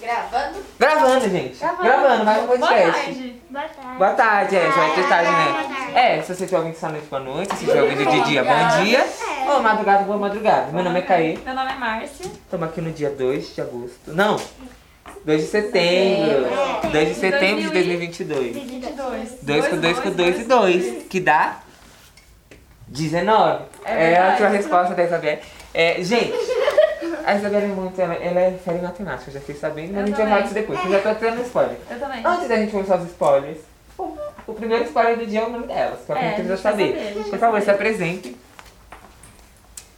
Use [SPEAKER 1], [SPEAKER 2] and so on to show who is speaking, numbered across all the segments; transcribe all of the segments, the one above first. [SPEAKER 1] Gravando?
[SPEAKER 2] Gravando, gente.
[SPEAKER 3] Gravando.
[SPEAKER 2] mais um
[SPEAKER 3] Boa
[SPEAKER 2] podcast.
[SPEAKER 3] tarde.
[SPEAKER 4] Boa tarde.
[SPEAKER 2] Boa tarde, é, já é de tarde,
[SPEAKER 4] Boa
[SPEAKER 2] né?
[SPEAKER 4] tarde.
[SPEAKER 2] É, se você estiver ouvindo essa noite, boa noite. Se você estiver ouvindo de dia, bom
[SPEAKER 1] Obrigada.
[SPEAKER 2] dia. Ou madrugada, boa madrugada. Meu nome é Caí.
[SPEAKER 3] Meu nome é Márcia.
[SPEAKER 2] Estamos aqui no dia 2 de agosto. Não! 2 de setembro. 2 de setembro de 2022.
[SPEAKER 3] 22.
[SPEAKER 2] 2 com 2 com 2 e 2, que dá 19.
[SPEAKER 3] É
[SPEAKER 2] É, a última
[SPEAKER 3] verdade.
[SPEAKER 2] resposta da Isabelle. É, gente, a Isabelle é muito, ela, ela é séria em matemática, eu já fiquei sabendo, mas
[SPEAKER 3] Eu
[SPEAKER 2] a gente vai falar
[SPEAKER 3] também.
[SPEAKER 2] disso depois, eu já tô tirando spoiler.
[SPEAKER 3] Eu também.
[SPEAKER 2] Antes da gente começar os spoilers, o, o primeiro spoiler do dia é o nome delas, que é o que
[SPEAKER 3] É,
[SPEAKER 2] a gente
[SPEAKER 3] a
[SPEAKER 2] precisa
[SPEAKER 3] gente vai
[SPEAKER 2] saber.
[SPEAKER 3] saber, a gente
[SPEAKER 2] Por
[SPEAKER 3] vai
[SPEAKER 2] favor,
[SPEAKER 3] saber.
[SPEAKER 2] se apresente.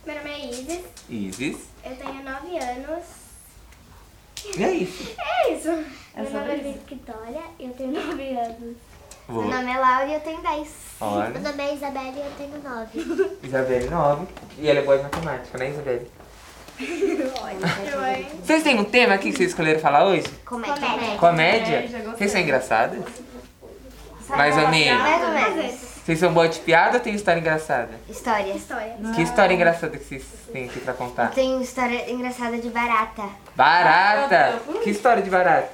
[SPEAKER 4] Meu nome é Isis,
[SPEAKER 2] Isis.
[SPEAKER 4] eu tenho 9 anos.
[SPEAKER 2] E é isso.
[SPEAKER 4] É isso. Meu
[SPEAKER 3] sobre
[SPEAKER 4] nome é Victoria, eu tenho 9 anos.
[SPEAKER 2] Vou.
[SPEAKER 4] nome é Laura e eu tenho 10.
[SPEAKER 2] Olha.
[SPEAKER 4] Meu nome é Isabela e eu tenho 9.
[SPEAKER 2] Isabelle 9. E ela é boa de matemática, né, Isabelle? Vocês têm um tema aqui que vocês escolheram falar hoje?
[SPEAKER 4] é Como é que é?
[SPEAKER 2] Comédia?
[SPEAKER 3] Comédia, gostei.
[SPEAKER 2] Vocês são engraçadas? Mais ou menos.
[SPEAKER 4] Mais ou menos.
[SPEAKER 2] Vocês são boas de piada ou tem história engraçada?
[SPEAKER 4] História. História.
[SPEAKER 2] Que história engraçada que vocês têm aqui pra contar?
[SPEAKER 4] Tenho história engraçada de barata.
[SPEAKER 2] Barata!
[SPEAKER 3] Ah, meu Deus.
[SPEAKER 2] Que história de barata?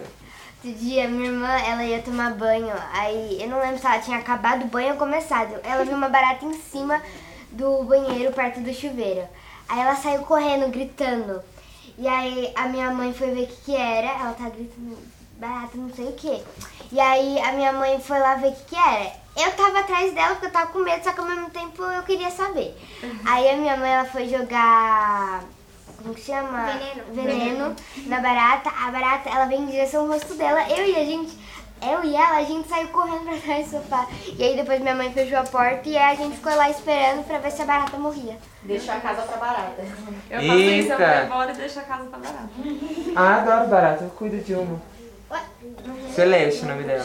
[SPEAKER 4] Outro dia, minha irmã, ela ia tomar banho. Aí, eu não lembro se ela tinha acabado o banho ou começado. Ela viu uma barata em cima do banheiro, perto do chuveiro. Aí ela saiu correndo, gritando. E aí, a minha mãe foi ver o que, que era. Ela tá gritando, barata, não sei o que. E aí, a minha mãe foi lá ver o que, que era. Eu tava atrás dela porque eu tava com medo, só que ao mesmo tempo eu queria saber. Aí, a minha mãe, ela foi jogar... Como que chama?
[SPEAKER 1] Veneno.
[SPEAKER 4] Veneno na barata, a barata, ela vem em direção ao rosto dela, eu e a gente, eu e ela, a gente saiu correndo pra trás do sofá. E aí depois minha mãe fechou a porta e aí a gente ficou lá esperando pra ver se a barata morria.
[SPEAKER 1] Deixou a casa pra barata.
[SPEAKER 3] Eu faço isso, eu vou
[SPEAKER 2] Ah. Eita.
[SPEAKER 3] embora e deixo a casa pra barata.
[SPEAKER 2] Ah, adoro barata, eu cuido de uma. Celeste o nome dela.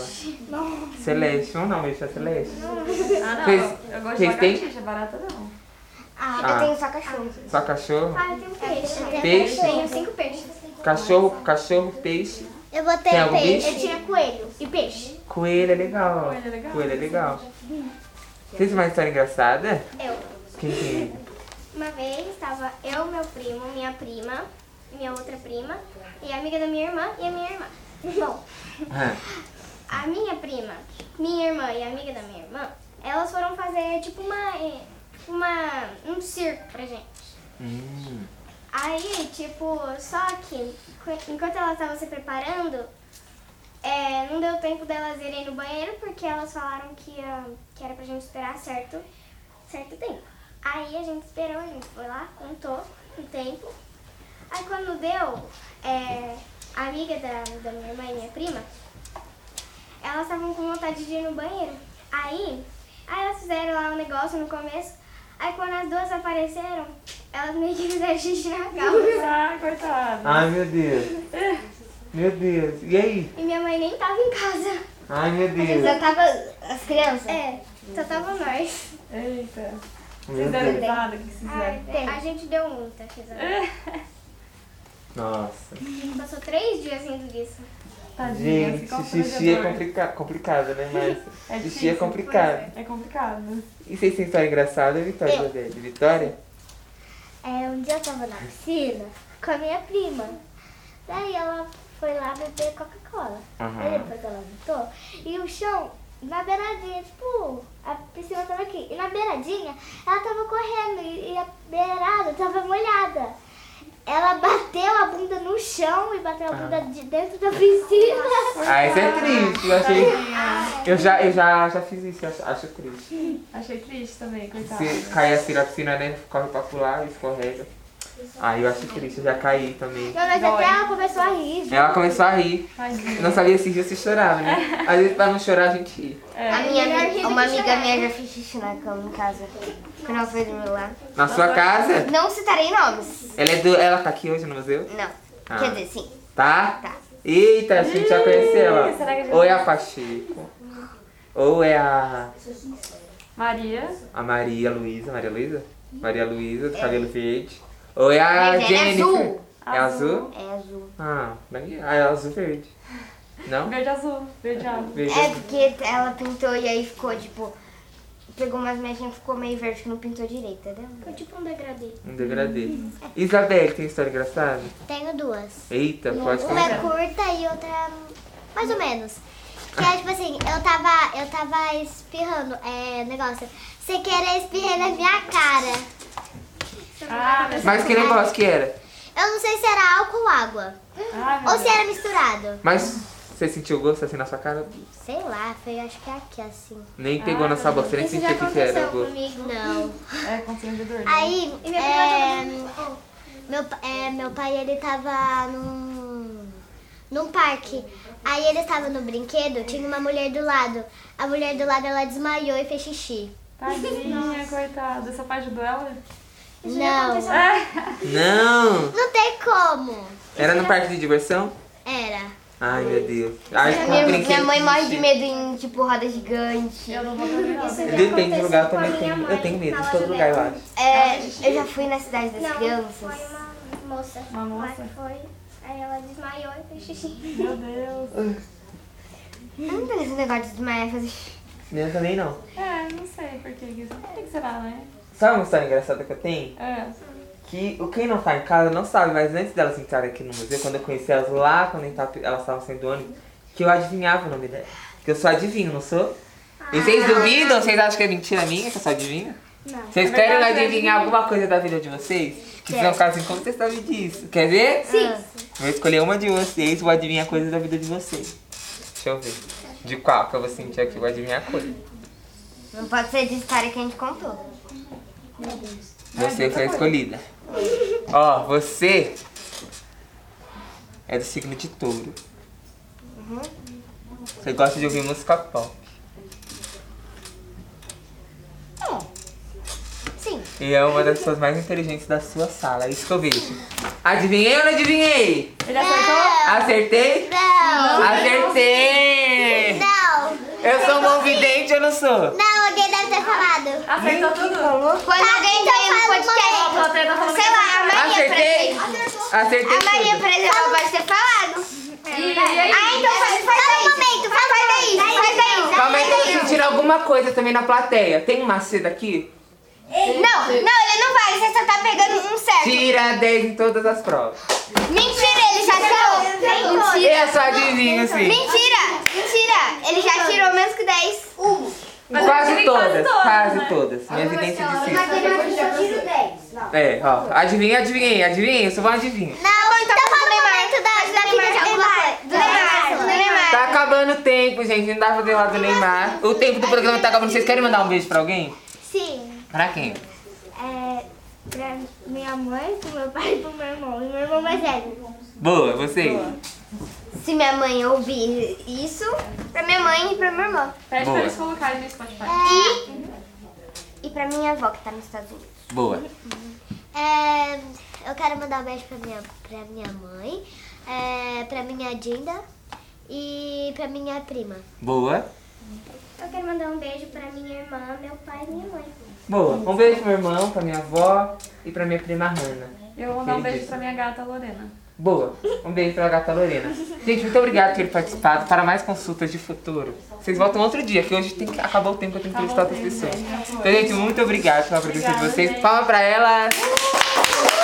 [SPEAKER 2] Celeste, vamos não, bicho, é Celeste.
[SPEAKER 3] Ah, não.
[SPEAKER 2] Vocês-
[SPEAKER 3] eu- eu gosto de
[SPEAKER 2] vocês têm?
[SPEAKER 3] lagartixa, barata não.
[SPEAKER 4] Ah,
[SPEAKER 2] Ah.
[SPEAKER 4] eu tenho só cachorro.
[SPEAKER 2] Só cachorro?
[SPEAKER 4] Ah, eu tenho peixe.
[SPEAKER 2] Peixe?
[SPEAKER 4] tenho cinco peixes.
[SPEAKER 2] Cachorro, cachorro, peixe.
[SPEAKER 4] Eu botei
[SPEAKER 2] Tem algum peixe. bicho?
[SPEAKER 4] Eu tinha coelho e peixe.
[SPEAKER 2] Coelho é legal.
[SPEAKER 3] Coelho é legal.
[SPEAKER 2] Coelho é legal. Vocês têm uma história engraçada?
[SPEAKER 4] Eu.
[SPEAKER 2] Quem tem?
[SPEAKER 4] Uma vez estava eu, meu primo, minha prima, minha outra prima, e a amiga da minha irmã e a minha irmã. Bom,
[SPEAKER 2] Ah,
[SPEAKER 4] A minha prima, minha irmã e a amiga da minha irmã, elas foram fazer tipo uma. eh, uma um circo pra gente.
[SPEAKER 2] hum.
[SPEAKER 4] Aí, tipo, só que enqu- enquanto elas estavam se preparando, eh, não deu tempo delas irem no banheiro porque elas falaram que, ah, que era pra gente esperar certo, certo tempo. Aí a gente esperou, a gente foi lá, contou o tempo. Aí quando deu, eh, a amiga da, da minha irmã e minha prima, elas estavam com vontade de ir no banheiro. Aí, aí elas fizeram lá um negócio no começo. Aí quando as duas apareceram, elas meio que fizeram xixi na calça.
[SPEAKER 3] Ah, coitada.
[SPEAKER 2] Ai, meu Deus. Meu Deus. E aí?
[SPEAKER 4] E minha mãe nem tava em casa.
[SPEAKER 2] Ai, meu Deus.
[SPEAKER 4] tava as crianças? É, só tava nós.
[SPEAKER 3] Eita.
[SPEAKER 2] Meu
[SPEAKER 3] Vocês deram
[SPEAKER 2] Deus.
[SPEAKER 3] risada? O que vocês fizeram?
[SPEAKER 4] a gente deu muita risada.
[SPEAKER 2] Nossa.
[SPEAKER 4] Passou três dias rindo disso.
[SPEAKER 3] Tadinha,
[SPEAKER 2] Gente,
[SPEAKER 3] ficam
[SPEAKER 2] xixi é
[SPEAKER 3] constrangedoras.
[SPEAKER 2] complica complicado, né,
[SPEAKER 3] É
[SPEAKER 2] Márcia? Xixi é
[SPEAKER 3] difícil,
[SPEAKER 2] complicado.
[SPEAKER 3] É complicado.
[SPEAKER 2] E vocês têm história engraçada, Vitória? Isabelle? Vitória?
[SPEAKER 4] É, um dia eu tava na piscina com a minha prima. Daí ela foi lá beber Coca-Cola.
[SPEAKER 2] Aham.
[SPEAKER 4] Aí depois ela voltou e o chão na beiradinha, tipo, a piscina tava aqui. E na beiradinha ela tava correndo e, e a beirada tava molhada. Ela bateu a bunda no chão e bateu a bunda de dentro da piscina.
[SPEAKER 2] Ah, isso é triste. Eu achei. Eu já, eu já, já fiz isso, eu acho, acho triste.
[SPEAKER 3] Achei triste também, coitada.
[SPEAKER 2] Se cair assim na piscina, né? Corre pra pular, escorrega. Aí eu acho triste, eu já caí também.
[SPEAKER 4] Não, mas
[SPEAKER 3] Dói.
[SPEAKER 4] até ela começou a rir.
[SPEAKER 2] Ela começou a rir.
[SPEAKER 3] Tadinha.
[SPEAKER 2] Eu não sabia se rir ou se chorava, né? Às vezes pra não chorar a gente ri.
[SPEAKER 3] É.
[SPEAKER 5] Minha
[SPEAKER 4] Melhor rir
[SPEAKER 5] amiga,
[SPEAKER 4] do
[SPEAKER 5] uma
[SPEAKER 4] que
[SPEAKER 5] amiga
[SPEAKER 4] chorar.
[SPEAKER 5] minha já fez xixi na cama em casa. Quando ela foi dormir lá.
[SPEAKER 2] Na sua casa?
[SPEAKER 5] Não citarei nomes.
[SPEAKER 2] Ela, é do, ela tá aqui hoje no museu?
[SPEAKER 5] Não.
[SPEAKER 2] Ah.
[SPEAKER 5] Quer dizer, sim.
[SPEAKER 2] Tá? Eita, a gente já conheceu ela.
[SPEAKER 3] será que a gente-
[SPEAKER 2] Ou é a Pacheco. Ou é a,
[SPEAKER 3] Maria.
[SPEAKER 2] a Maria Luísa. Maria Luísa? Maria Luísa, do cabelo verde. Ou é a
[SPEAKER 5] Mas ela é
[SPEAKER 2] Jennifer.
[SPEAKER 5] azul.
[SPEAKER 2] É azul?
[SPEAKER 5] É azul.
[SPEAKER 2] Ah, daí- ah, é azul verde. Não?
[SPEAKER 3] Verde azul, verde água.
[SPEAKER 2] Veja.
[SPEAKER 6] É porque ela pintou e aí ficou, tipo, pegou umas mechinhas e ficou meio verde que não pintou direito, entendeu?
[SPEAKER 5] Ficou tipo um degradê.
[SPEAKER 2] Um degradê. Isabelle, tem história engraçada?
[SPEAKER 4] Tenho duas.
[SPEAKER 2] Eita, pode
[SPEAKER 4] Uma é
[SPEAKER 2] contar.
[SPEAKER 4] curta e outra mais ou menos. Que é tipo assim, eu tava, eu tava espirrando, é, negócio. Você querer espirrar na minha cara.
[SPEAKER 3] Ah, mas...
[SPEAKER 2] Mas que negócio que era?
[SPEAKER 4] Eu não sei se era álcool ou água.
[SPEAKER 3] ah, meu
[SPEAKER 4] Ou se
[SPEAKER 3] Deus.
[SPEAKER 4] era misturado.
[SPEAKER 2] Mas você sentiu o gosto assim na sua cara?
[SPEAKER 4] Sei lá, foi acho que aqui assim.
[SPEAKER 2] Nem pegou na sua boca, você nem
[SPEAKER 5] Isso Ah, já
[SPEAKER 2] sentiu o que que era
[SPEAKER 5] aconteceu
[SPEAKER 2] o gosto.
[SPEAKER 5] comigo.
[SPEAKER 4] Não.
[SPEAKER 3] É constrangedor. né?
[SPEAKER 4] Aí,
[SPEAKER 5] E minha
[SPEAKER 4] é,
[SPEAKER 5] prima jogando.
[SPEAKER 4] meu, pa- é, meu pai, ele tava num, num parque. Aí ele tava no brinquedo, tinha uma mulher do lado. A mulher do lado, ela desmaiou e fez xixi.
[SPEAKER 3] Tadinha, coitada. Seu pai ajudou ela? É.
[SPEAKER 4] não,
[SPEAKER 2] Não!
[SPEAKER 4] não tem como.
[SPEAKER 2] Era no parque de diversão?
[SPEAKER 4] Era.
[SPEAKER 2] Ai, meu Deus. Ai, um com
[SPEAKER 6] Minha,
[SPEAKER 2] brinquedo
[SPEAKER 6] minha mãe
[SPEAKER 2] de
[SPEAKER 6] morre de
[SPEAKER 2] xixi.
[SPEAKER 6] medo em, tipo, roda gigante.
[SPEAKER 3] Eu não vou dormir, não.
[SPEAKER 5] Isso já
[SPEAKER 2] Depende do lugar, eu também
[SPEAKER 5] aconteceu com a minha
[SPEAKER 2] tenho.
[SPEAKER 5] mãe
[SPEAKER 2] Eu tenho medo
[SPEAKER 5] na
[SPEAKER 2] de todo
[SPEAKER 5] loja
[SPEAKER 2] lugar, eu
[SPEAKER 5] dela.
[SPEAKER 2] acho.
[SPEAKER 6] É, eu já fui na cidade das
[SPEAKER 5] Não, foi
[SPEAKER 6] crianças.
[SPEAKER 5] uma moça.
[SPEAKER 3] Uma moça?
[SPEAKER 5] Ela foi, aí ela desmaiou e fez xixi.
[SPEAKER 3] Meu Deus.
[SPEAKER 6] Eu não entendi esse Hum. negócio de desmaiar e fazer
[SPEAKER 4] Ah.
[SPEAKER 6] xixi.
[SPEAKER 2] Eu também não.
[SPEAKER 3] É, não sei por que isso. Por que que será, né?
[SPEAKER 2] Sabe uma história engraçada que eu tenho?
[SPEAKER 3] É.
[SPEAKER 2] Que o quem não tá em casa não sabe, mas antes delas entrarem aqui no museu, quando eu conheci elas lá, quando eu tava- elas estavam sendo ônibus, que eu adivinhava o nome dela. Que eu sou adivinho, não sou? E
[SPEAKER 3] Ah.
[SPEAKER 2] vocês duvidam? Vocês acham que é mentira minha que eu sou adivinho? Não. Vocês
[SPEAKER 3] Na verdade,
[SPEAKER 2] querem
[SPEAKER 3] eu
[SPEAKER 2] adivinhar
[SPEAKER 3] adivinho.
[SPEAKER 2] alguma coisa da vida de vocês? Que se não ficar assim, como vocês sabem disso? Quer ver? Sim. Vou escolher uma de vocês, vou adivinhar coisa da vida de vocês. Deixa eu ver. De qual que eu vou sentir aqui, vou adivinhar a coisa.
[SPEAKER 6] Não pode ser de história que a gente contou.
[SPEAKER 2] Você foi a escolhida. Ó, você é do signo de touro.
[SPEAKER 3] Uhum.
[SPEAKER 2] Você gosta de ouvir música pop.
[SPEAKER 4] Sim.
[SPEAKER 2] E é uma das pessoas mais inteligentes da sua sala. É isso que eu vejo. Adivinhei ou não adivinhei?
[SPEAKER 3] Ele acertou?
[SPEAKER 2] Acertei?
[SPEAKER 4] Não,
[SPEAKER 2] Acertei!
[SPEAKER 4] não.
[SPEAKER 2] Eu sou um bom vidente, eu não sou.
[SPEAKER 4] Não, alguém deve ter falado.
[SPEAKER 3] Acertou tudo?
[SPEAKER 6] Quando Ah, alguém
[SPEAKER 4] então
[SPEAKER 6] veio no
[SPEAKER 4] fala uma
[SPEAKER 6] podcast,
[SPEAKER 3] A plateia tá falando que
[SPEAKER 6] sei lá, a Maria, por
[SPEAKER 2] Acertei?
[SPEAKER 6] exemplo.
[SPEAKER 2] Acertei
[SPEAKER 6] A Maria, por
[SPEAKER 2] tudo.
[SPEAKER 6] exemplo, ela pode ter falado.
[SPEAKER 3] E aí?
[SPEAKER 6] Ah, então faz, faz
[SPEAKER 4] Fala um
[SPEAKER 6] aí.
[SPEAKER 4] momento, fala um momento.
[SPEAKER 6] Faz aí.
[SPEAKER 2] Calma aí, tô sentindo alguma coisa também na plateia. Tem um maceta aqui?
[SPEAKER 6] Não, não, ele não vai, você só tá pegando um certo.
[SPEAKER 2] Tira 10 em todas as provas.
[SPEAKER 6] Mentira, ele já tirou. Mentira.
[SPEAKER 2] Eu sou adivinho, sim.
[SPEAKER 6] Mentira, mentira. Ele já tirou menos que 10.
[SPEAKER 3] Mas eu
[SPEAKER 2] Quase
[SPEAKER 3] tirei quase
[SPEAKER 2] todas,
[SPEAKER 3] todas,
[SPEAKER 2] quase
[SPEAKER 3] né?
[SPEAKER 2] todas. Minhas idênticas de si.
[SPEAKER 1] tiro 10.
[SPEAKER 2] É, ó. Adivinha, adivinhei, adivinhei, eu só vou adivinhar.
[SPEAKER 4] Não, então fala um momento da, da vida de alguma
[SPEAKER 6] Do Neymar, do Neymar.
[SPEAKER 2] Tá acabando o tempo, gente. Não dá pra fazer lá do Neymar. O tempo do programa tá acabando. Vocês querem mandar um beijo pra alguém?
[SPEAKER 4] Sim.
[SPEAKER 2] Pra quem?
[SPEAKER 5] É, pra minha mãe, pro meu pai e pro meu irmão. E meu irmão mais velho.
[SPEAKER 2] Boa, vocês.
[SPEAKER 6] Se minha mãe ouvir isso, pra minha mãe e pra minha irmã.
[SPEAKER 3] Pede
[SPEAKER 2] Boa.
[SPEAKER 3] pra eles colocarem no
[SPEAKER 4] É.
[SPEAKER 3] Spotify.
[SPEAKER 6] E pra minha avó que tá nos Estados Unidos.
[SPEAKER 2] Boa.
[SPEAKER 4] É, eu quero mandar um beijo pra minha, pra minha mãe, é, pra minha Dinda e pra minha prima.
[SPEAKER 2] Boa.
[SPEAKER 5] Eu quero mandar um beijo pra minha irmã, meu pai e minha mãe.
[SPEAKER 2] Boa. Um beijo pro meu irmão, pra minha avó e pra minha prima Hanna.
[SPEAKER 3] Eu vou mandar um beijo pra minha gata Lorena.
[SPEAKER 2] Boa. Um beijo pra gata Lorena. Gente, muito obrigado por ter participado. Para mais consultas de futuro. Vocês voltam outro dia, que hoje tem que... acabou o tempo que eu tenho que entrevistar outras pessoas. Então, gente, muito obrigado pela presença de
[SPEAKER 3] Obrigada,
[SPEAKER 2] vocês.
[SPEAKER 3] gente.
[SPEAKER 2] Palma pra elas.